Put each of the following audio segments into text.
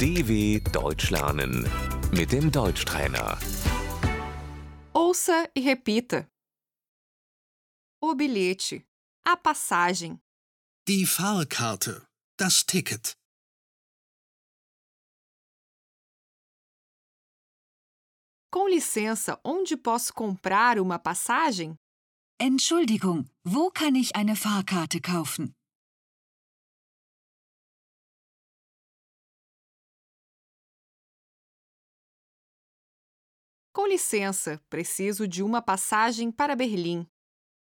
DW Deutsch lernen mit dem Deutschtrainer. Ouça e repita. O bilhete. A passagem. Die Fahrkarte. Das Ticket. Com licença, onde posso comprar uma passagem? Entschuldigung, wo kann ich eine Fahrkarte kaufen? Com licença, preciso de uma passagem para Berlim.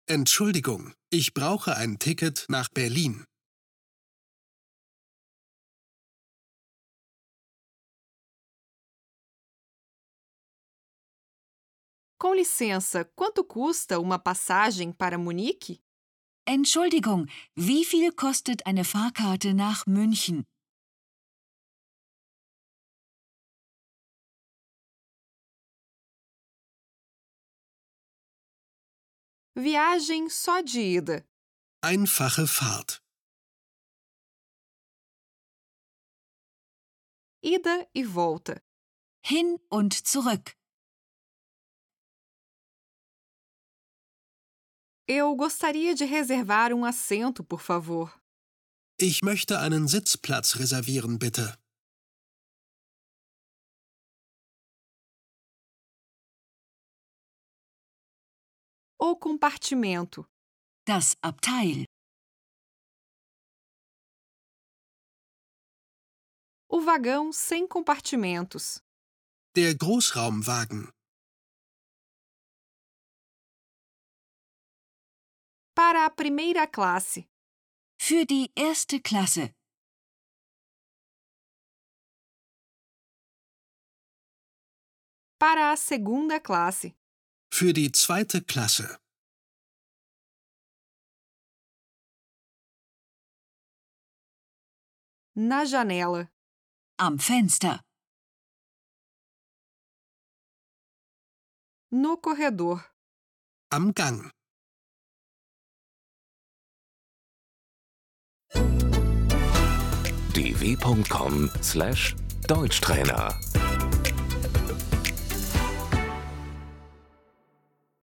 Entschuldigung, ich brauche ein Ticket nach Berlin. Com licença, quanto custa uma passagem para Munique? Entschuldigung, wie viel kostet eine Fahrkarte nach München? Viagem só de ida. Einfache Fahrt. Ida e volta. Hin und zurück. Eu gostaria de reservar um assento, por favor. Ich möchte einen Sitzplatz reservieren, bitte. O compartimento. Das Abteil. O vagão sem compartimentos. Der Großraumwagen. Para a primeira classe. Für die erste Klasse. Para a segunda classe. Für die zweite Klasse. Na janela. Am Fenster. No corredor. Am Gang. dw.com/deutschtrainer